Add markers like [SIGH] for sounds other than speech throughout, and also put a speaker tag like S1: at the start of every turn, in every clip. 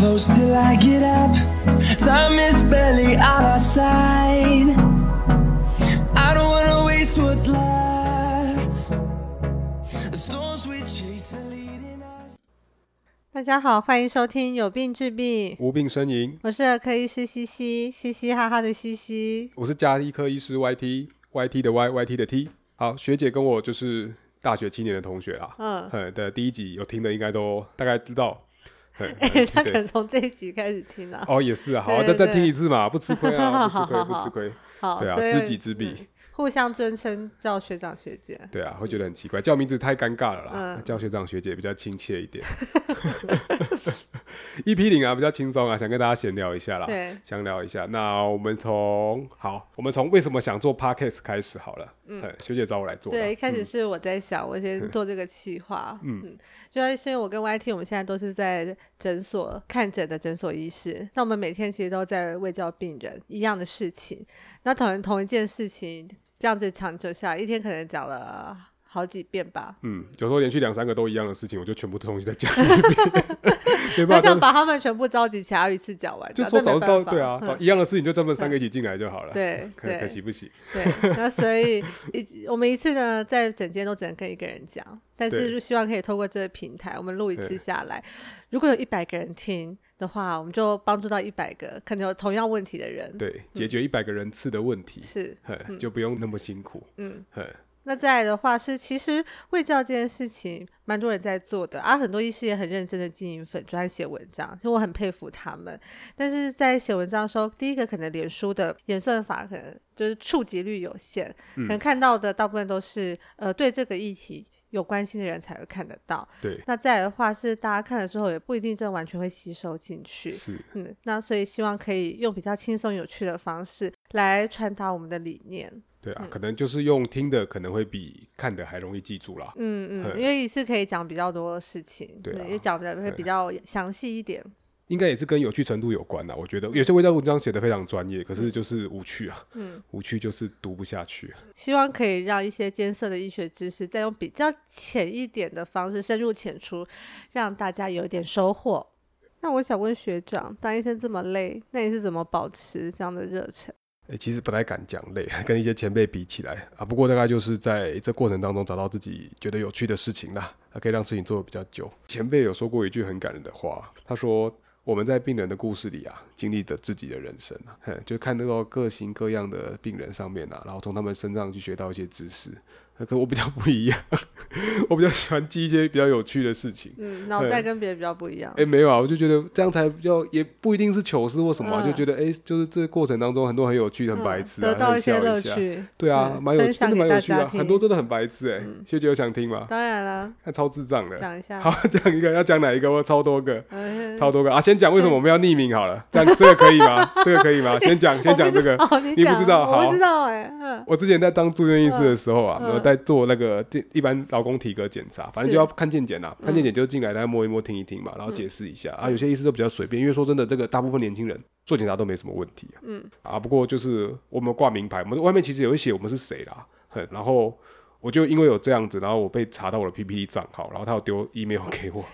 S1: I get up, time is barely on our side. I don't wanna waste what's left. The storms we chase are leading us.
S2: 大家好，欢迎收听《有病治病》，
S3: 无病呻吟。
S2: 我是儿科医师西西，嘻嘻哈哈的西西。
S3: 我是加医科医师 YT YT 的 Y YT 的 T。好，学姐跟我就是大学七年的同学啦。
S2: 嗯，
S3: 嗯，的第一集有听的应该都大概
S2: [LAUGHS]
S3: 知道。嗯
S2: 欸、他可能
S3: 对，
S2: 从这一集开始听啊。
S3: 哦，也是啊，好啊，
S2: 对
S3: 再
S2: 对
S3: 再听一次嘛，不吃
S2: [LAUGHS]
S3: 亏啊，不吃
S2: 好好
S3: 亏，不
S2: 好
S3: 吃亏。
S2: 好，
S3: 对啊
S2: 所以
S3: 知己知彼
S2: 嗯 [LAUGHS] 互相尊称叫学长学姐。
S3: 对啊，会觉得很奇怪，叫名字太尴尬了啦，
S2: 嗯
S3: 叫学长学姐比较亲切一点。 [LAUGHS] 一 P 零啊，比较轻松啊，想跟大家闲聊一下啦，
S2: 对
S3: 想聊一下。那我们从好，我们从为什么想做 Podcast 开始好了。嗯，学姐找我来做的。嗯
S2: 对，一开始是我在想，我先做这个企划。嗯就是因为我跟 YT 我们现在都是在诊所看诊的诊所医师，那我们每天其实都在为教病人一样的事情，那同同一件事情这样子长久下来，一天可能讲了好几遍吧。
S3: 嗯，有时候连续两三个都一样的事情，我就全部东西
S2: [LAUGHS]
S3: 再讲一遍，没
S2: 那
S3: 办
S2: 想
S3: 法，
S2: 把他们全部召集起来要一次讲完，
S3: 就
S2: 这
S3: 说
S2: 样这
S3: 早
S2: 没
S3: 知道，
S2: 办法嗯
S3: 对啊，找一样的事情就这么三个一起进来就好了。
S2: 对
S3: 可
S2: 对
S3: 可惜不行。
S2: 对，那所以一我们一次呢，在整间都只能跟一个人讲，但是
S3: 对
S2: 就希望可以透过这个平台，我们录一次
S3: 对
S2: 下来，如果有一百个人听的话，我们就帮助到一百个可能有同样问题的人。，
S3: 对，解决一百个人次的问题，
S2: 嗯是。
S3: 哼就不用那么辛苦。
S2: 嗯
S3: 哼，
S2: 那再来的话是，其实卫教这件事情，蛮多人在做的啊，很多医师也很认真的经营粉专写文章，就我很佩服他们。但是在写文章的时候，第一个可能脸书的演算法可能就是触及率有限，可能看到的大部分都是呃对这个议题。有关心的人才会看得到。
S3: 对，
S2: 那再来的话是，大家看了之后也不一定真的完全会吸收进去。
S3: 是。
S2: 嗯，那所以希望可以用比较轻松有趣的方式来传达我们的理念。
S3: 对啊，可能就是用听的可能会比看的还容易记住啦。
S2: 嗯嗯，
S3: 嗯
S2: 因为一次可以讲比较多的事情，
S3: 对啊啊
S2: 也讲的会比较详细一点。
S3: 应该也是跟有趣程度有关啦。我觉得有些味道文章写的非常专业，可是就是无趣啊，
S2: 嗯，
S3: 无趣就是读不下去。啊
S2: 希望可以让一些艰涩的医学知识，再用比较浅一点的方式，深入浅出，让大家有一点收获。那我想问学长，当医生这么累，那你是怎么保持这样的热忱？
S3: 哎、其实不太敢讲累， [LAUGHS] 跟一些前辈比起来啊。不过大概就是在这过程当中找到自己觉得有趣的事情啦，啊、可以让事情做得比较久。前辈有说过一句很感人的话，他说：“我们在病人的故事里啊，经历着自己的人生啊， [LAUGHS] 哼就看到各型各样的病人上面啊，然后从他们身上去学到一些知识。 [LAUGHS] 呃可我比较不一样， [LAUGHS] 我比较喜欢记一些比较有趣的事情。
S2: 嗯，脑袋跟别人比较不一样
S3: 哎、。没有啊，我就觉得这样才比较，也不一定是糗事或什么啊、
S2: 嗯
S3: 就觉得哎、就是这个过程当中很多很有趣、很
S2: 嗯
S3: 白痴啊，
S2: 得到
S3: 很
S2: 一些
S3: 笑
S2: 乐
S3: 一下。
S2: 趣。
S3: 对啊，
S2: 嗯
S3: 蛮有
S2: 分
S3: 趣，
S2: 享
S3: 真的蛮
S2: 给大
S3: 有趣
S2: 家
S3: 的啊，
S2: 听嗯
S3: 很多真的很白痴哎、学姐有想听吗？
S2: 当然啦，
S3: 看超智障的。
S2: 讲一下。
S3: [LAUGHS] 好，讲一个，要讲哪一个？我超多个，
S2: [LAUGHS] 嗯，
S3: 超多个啊！先讲为什么我们要匿名好了，这样这个可
S2: [LAUGHS]
S3: 以吗？这个可以吗？先讲，先讲这个。
S2: 我不知哦，
S3: 你不
S2: 讲
S3: 知道
S2: 我不
S3: 好
S2: 知道哎。嗯
S3: 我之前在当住院医师的时候啊，
S2: 嗯
S3: 然后在做那个健一般劳工体格检查，反正
S2: 是嗯
S3: 就要看健检啦。啊看健检就进来，大家摸一摸、听一听嘛，然后解释一下啊。有些医师都比较随便，因为说真的，这个大部分年轻人做检查都没什么问题啊。
S2: 嗯
S3: 啊，不过就是我们挂名牌，我们外面其实有一写我们是谁啦，哼，然后。我就因为有这样子，然后我被查到我的 PPT 账号，然后他有丢 email 给我，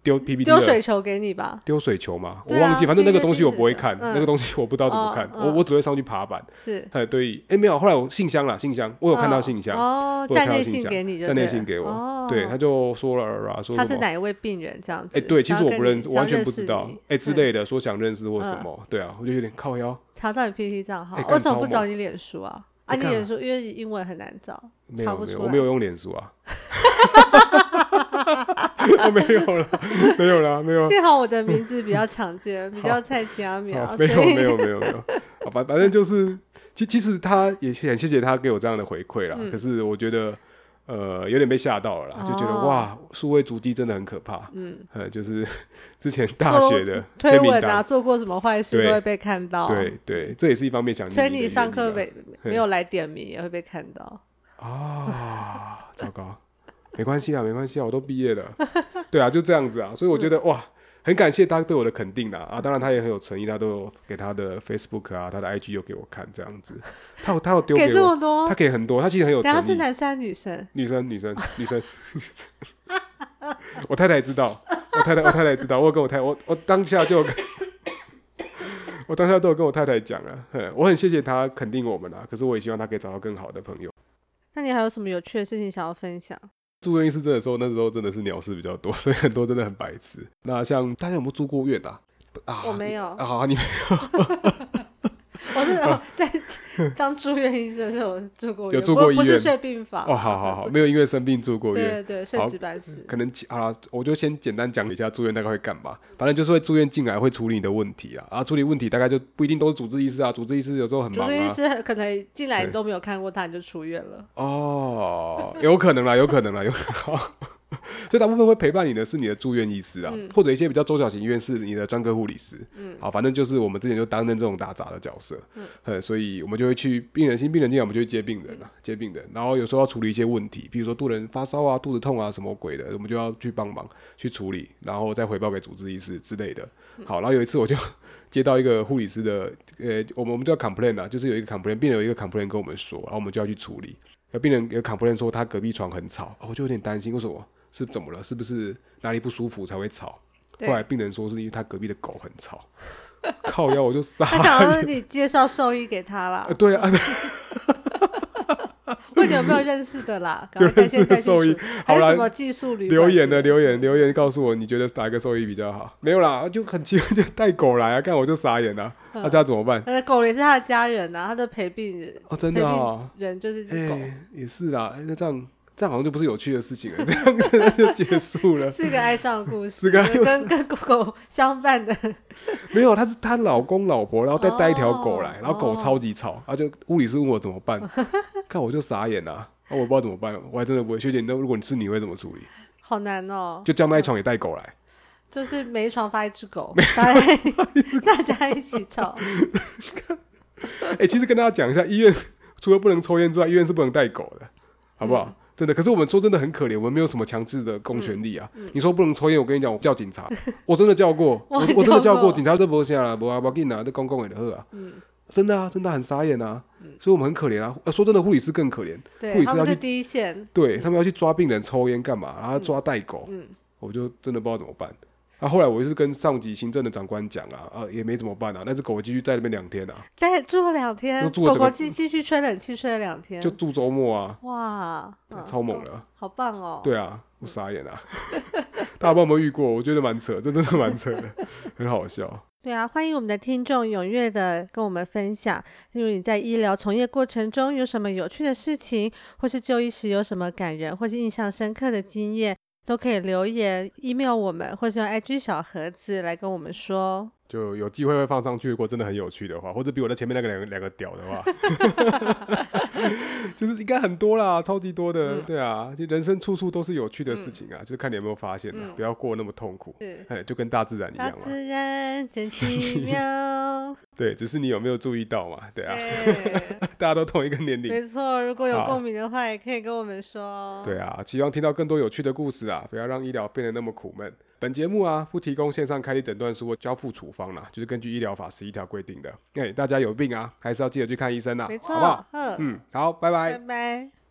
S3: 丢 PPT
S2: 丢
S3: 的
S2: 水球给你吧。
S3: 丢水球嘛，
S2: 对
S3: 我
S2: 啊
S3: 忘记，反正那个
S2: PPT
S3: 东西我不会
S2: 是什
S3: 看，
S2: 么嗯
S3: 那个东西我不知道怎么
S2: 哦
S3: 看，
S2: 嗯
S3: 我我只会上去爬板。
S2: 是，
S3: 哎，对，哎、没有，后来我信箱啦，信箱，我有看到信箱，
S2: 哦，
S3: 我有
S2: 站
S3: 看到
S2: 内
S3: 信
S2: 信
S3: 箱
S2: 给你就对了，
S3: 站内信给我，
S2: 哦、
S3: 对，他就说了啦，说
S2: 他是
S3: 什么？
S2: 哪一位病人这样子？
S3: 哎、对，其
S2: 想
S3: 实
S2: 要
S3: 我
S2: 跟
S3: 不
S2: 你
S3: 认，我
S2: 想
S3: 完全
S2: 认
S3: 不
S2: 识
S3: 知道
S2: 你，
S3: 哎、之
S2: 嗯
S3: 类的，说想认识或什么，对啊，我就有点靠腰，
S2: 查到你 PT 账号，
S3: 哎
S2: 为
S3: 干
S2: 什么
S3: 超
S2: 不找
S3: 猛
S2: 你脸书啊？啊，
S3: 哎
S2: 你
S3: 干
S2: 脸
S3: 啊
S2: 书因为英文很难找，
S3: 没
S2: 查
S3: 有
S2: 不
S3: 没有，
S2: 出
S3: 我
S2: 来。
S3: 没有用脸书啊， [LAUGHS] 我没有了， [LAUGHS] 没有了，没有，
S2: 幸好我的名字比较常见，
S3: [LAUGHS]
S2: 比较蔡奇阿苗，
S3: 好
S2: 所
S3: 哦没
S2: 以 [LAUGHS]
S3: 有没有没有没有，好反反正就是，其其实他也很谢谢他给我这样的回馈啦。可是我觉得，呃，有点被吓到了啦，就觉得
S2: 嗯哦
S3: 哇，数位足迹真的很可怕。嗯，呃，就是之前大
S2: 做
S3: 学的
S2: 推
S3: 签名
S2: 文啊，
S3: 档，
S2: 做过什么坏事都
S3: 对
S2: 会被看到。，
S3: 对对，这也是一方面想
S2: 所以
S3: 匿名
S2: 你
S3: 的
S2: 上
S3: 原
S2: 课
S3: 因
S2: 没没有来点名也会被看到。
S3: 啊啊，糟糕，没关系啊，没关系啊，我都毕业了。 [LAUGHS] 对啊，就这样子啊，所以我觉得
S2: 嗯
S3: 哇。很感谢他对我的肯定啦，啊，当然他也很有诚意，他都有给他的 Facebook 啊，他的 IG 有给我看这样子，他有他有丢
S2: 给
S3: 给
S2: 这
S3: 我
S2: 么多
S3: 他，给很多，他其实很有
S2: 等下
S3: 诚
S2: 是
S3: 意。
S2: 男生还是女生？
S3: 女生，女生，女生， [LAUGHS] 我太太知道，我太太，我太太知道，我有跟我太我我当下就有跟我当下都有跟我太太讲了，嗯我很谢谢她肯定我们啦，可是我也希望她可以找到更好的朋友。
S2: 那你还有什么有趣的事情想要分享？
S3: 住院医师真的时候，那时候真的是鸟事比较多， [LAUGHS] 所以很多真的很白痴。那像大家有没有住过院啊？啊，
S2: 我没有
S3: 你啊，你
S2: [LAUGHS] 我是我在 [LAUGHS] 当住院医生的时候，我是住过
S3: 嗯有
S2: 院
S3: 住
S2: 不
S3: 过医
S2: 不是
S3: 院
S2: 睡病房。
S3: 哦，好好好，没有因为生病住过
S2: 对
S3: 院
S2: 对。对，睡
S3: 好
S2: 值班室。
S3: 可能啊，我就先简单讲一下住院大概会干嘛。反正就是会住院进来会处理你的问题啊，啊，处理问题大概就不一定都是主治医师啊，主治医师有时候很
S2: 主
S3: 忙
S2: 治医
S3: 啊。
S2: 师可能进来你
S3: 对
S2: 都没有看过他，你就出院
S3: [LAUGHS]
S2: 了。
S3: 哦，有可能啦，有可能啦，有可能。所以大部分会陪伴你的是你的住院医师啊，或者一些比较中小型医院是你的专科护理师。嗯，好，反正就是我们之前就担任这种打杂的角色。嗯，所以我们就会去病人新病人进来，我们就会接病人啊，接病人。然后有时候要处理一些问题，比如说肚人发烧啊、肚子痛啊什么鬼的，我们就要去帮忙去处理，然后再回报给主治医师之类的。好，然后有一次我就 [LAUGHS] 接到一个护理师的，呃，我们我们叫 complain 啊，就是有一个 complain，病人有一个 complain 跟我们说，然后我们就要去处理。有病人有 complain 说他隔壁床很吵，哦我就有点担心，为什么？是怎么了？是不是哪里不舒服才会吵？
S2: 对
S3: 后来病人说是因为他隔壁的狗很
S2: [LAUGHS]
S3: 吵，靠腰我就傻
S2: 他想
S3: 眼
S2: 要你介绍兽医给他啦
S3: 呃， [LAUGHS]
S2: [LAUGHS]
S3: 对啊，
S2: 问你有没有认识的
S3: [LAUGHS]
S2: 啦，赶快带线
S3: 认识
S2: 带
S3: 的
S2: 进
S3: 兽医
S2: 去还
S3: 好
S2: 是
S3: 啦
S2: 什么技术旅
S3: 留
S2: 馆
S3: 言
S2: 之类
S3: 的留言留言告诉我，你觉得哪一个兽医比较好？没有啦，就很奇怪，就带狗来啊，看我就傻眼了、啊，那、这样怎么办？
S2: 呃，狗也是他的家人呐、啊，他的陪病人
S3: 哦真的哦
S2: 陪病人就是
S3: 哎、
S2: 只狗，
S3: 也是啦，哎、那这样这样好像就不是有趣的事情了，这样真的就结束了。
S2: 是一个哀伤的故事，
S3: [LAUGHS] 是个哀
S2: 就是跟跟狗狗相伴的，
S3: [LAUGHS] 没有，她是她老公老婆，然后再带一条狗来
S2: 哦，
S3: 然后狗超级吵，然后就物理师问我怎么办，看我就傻眼啦、啊，我不知道怎么办，我还真的不会。学姐，那如果你是你会怎么处理？
S2: 好难哦。
S3: 就叫那一床也带狗来，
S2: 就是 [LAUGHS] 每一床发一只狗，大家大家一起 [LAUGHS] 吵，
S3: 哎、其实跟大家讲一下，医院 [LAUGHS] 除了不能抽烟之外，医院是不能带狗的，好不好？
S2: 嗯
S3: 真的，可是我们说真的很可怜，我们没有什么强制的公权力啊。你说不能抽烟，我跟你讲，我叫
S2: [LAUGHS]
S3: 警察，我真的叫过，我
S2: 嗯我也
S3: 我真的
S2: 叫
S3: 叫
S2: 过嗯
S3: 过，警察都不下来，不要不要紧啊，这公共也的喝啊，真的啊，真的很傻眼啊，所以我们很可怜啊。呃说真的，护理师更可怜，护
S2: 对，
S3: 理
S2: 他
S3: 师
S2: 们
S3: 要
S2: 是嗯
S3: 去，
S2: 第一线，
S3: 对他们要去抓病人抽烟干嘛，然后抓带狗，我就真的不知道怎么办。啊，后来我就是跟上级行政的长官讲啊，啊也没怎么办啊，那只狗继续在那边两天啊，
S2: 但住了两天
S3: 就，住了
S2: 狗
S3: 整个
S2: 狗继继续吹冷气，吹了两天
S3: 就，住周末啊，
S2: 哇，嗯
S3: 超猛的。
S2: 好棒哦！，
S3: 对啊，我傻眼啊！ [LAUGHS] 大家不知道有没有遇过？我觉得蛮扯，这真的蛮扯的， [LAUGHS] 很好笑。
S2: 对啊，欢迎我们的听众踊跃的跟我们分享，例如你在医疗从业过程中有什么有趣的事情，或是就医时有什么感人或是印象深刻的经验，都可以留言、email 我们，或是用 IG 小盒子来跟我们说。 [LAUGHS]
S3: 就有机会会放上去，如果真的很有趣的话，或者比我的前面那个两个两个屌的
S2: [LAUGHS]
S3: 话，就是应该很多啦，超级多的。
S2: 嗯
S3: 对啊，就人生处处都是有趣的事情啊，就是看你有没有发现啊，不要过那么痛苦。
S2: 嗯是
S3: 哎，就跟大自然一
S2: 大
S3: 样嘛。
S2: 自然真奇妙，
S3: 对，只是你有没有注意到嘛？ [LAUGHS] 对啊，
S2: 对，
S3: 大家都同一个年龄。
S2: 没错。如果有
S3: 好
S2: 共鸣的话，也可以跟我们说。哦
S3: 对啊，希望听到更多有趣的故事啊，不要让医疗变得那么苦闷。本节目啊，不提供线上开立诊断书或交付处方啦，就是根据医疗法十一条规定的。哎、大家有病啊，还是要记得去看医生啦，
S2: 没错，
S3: 好不好？
S2: 嗯，
S3: 嗯，好，拜拜
S2: 拜拜。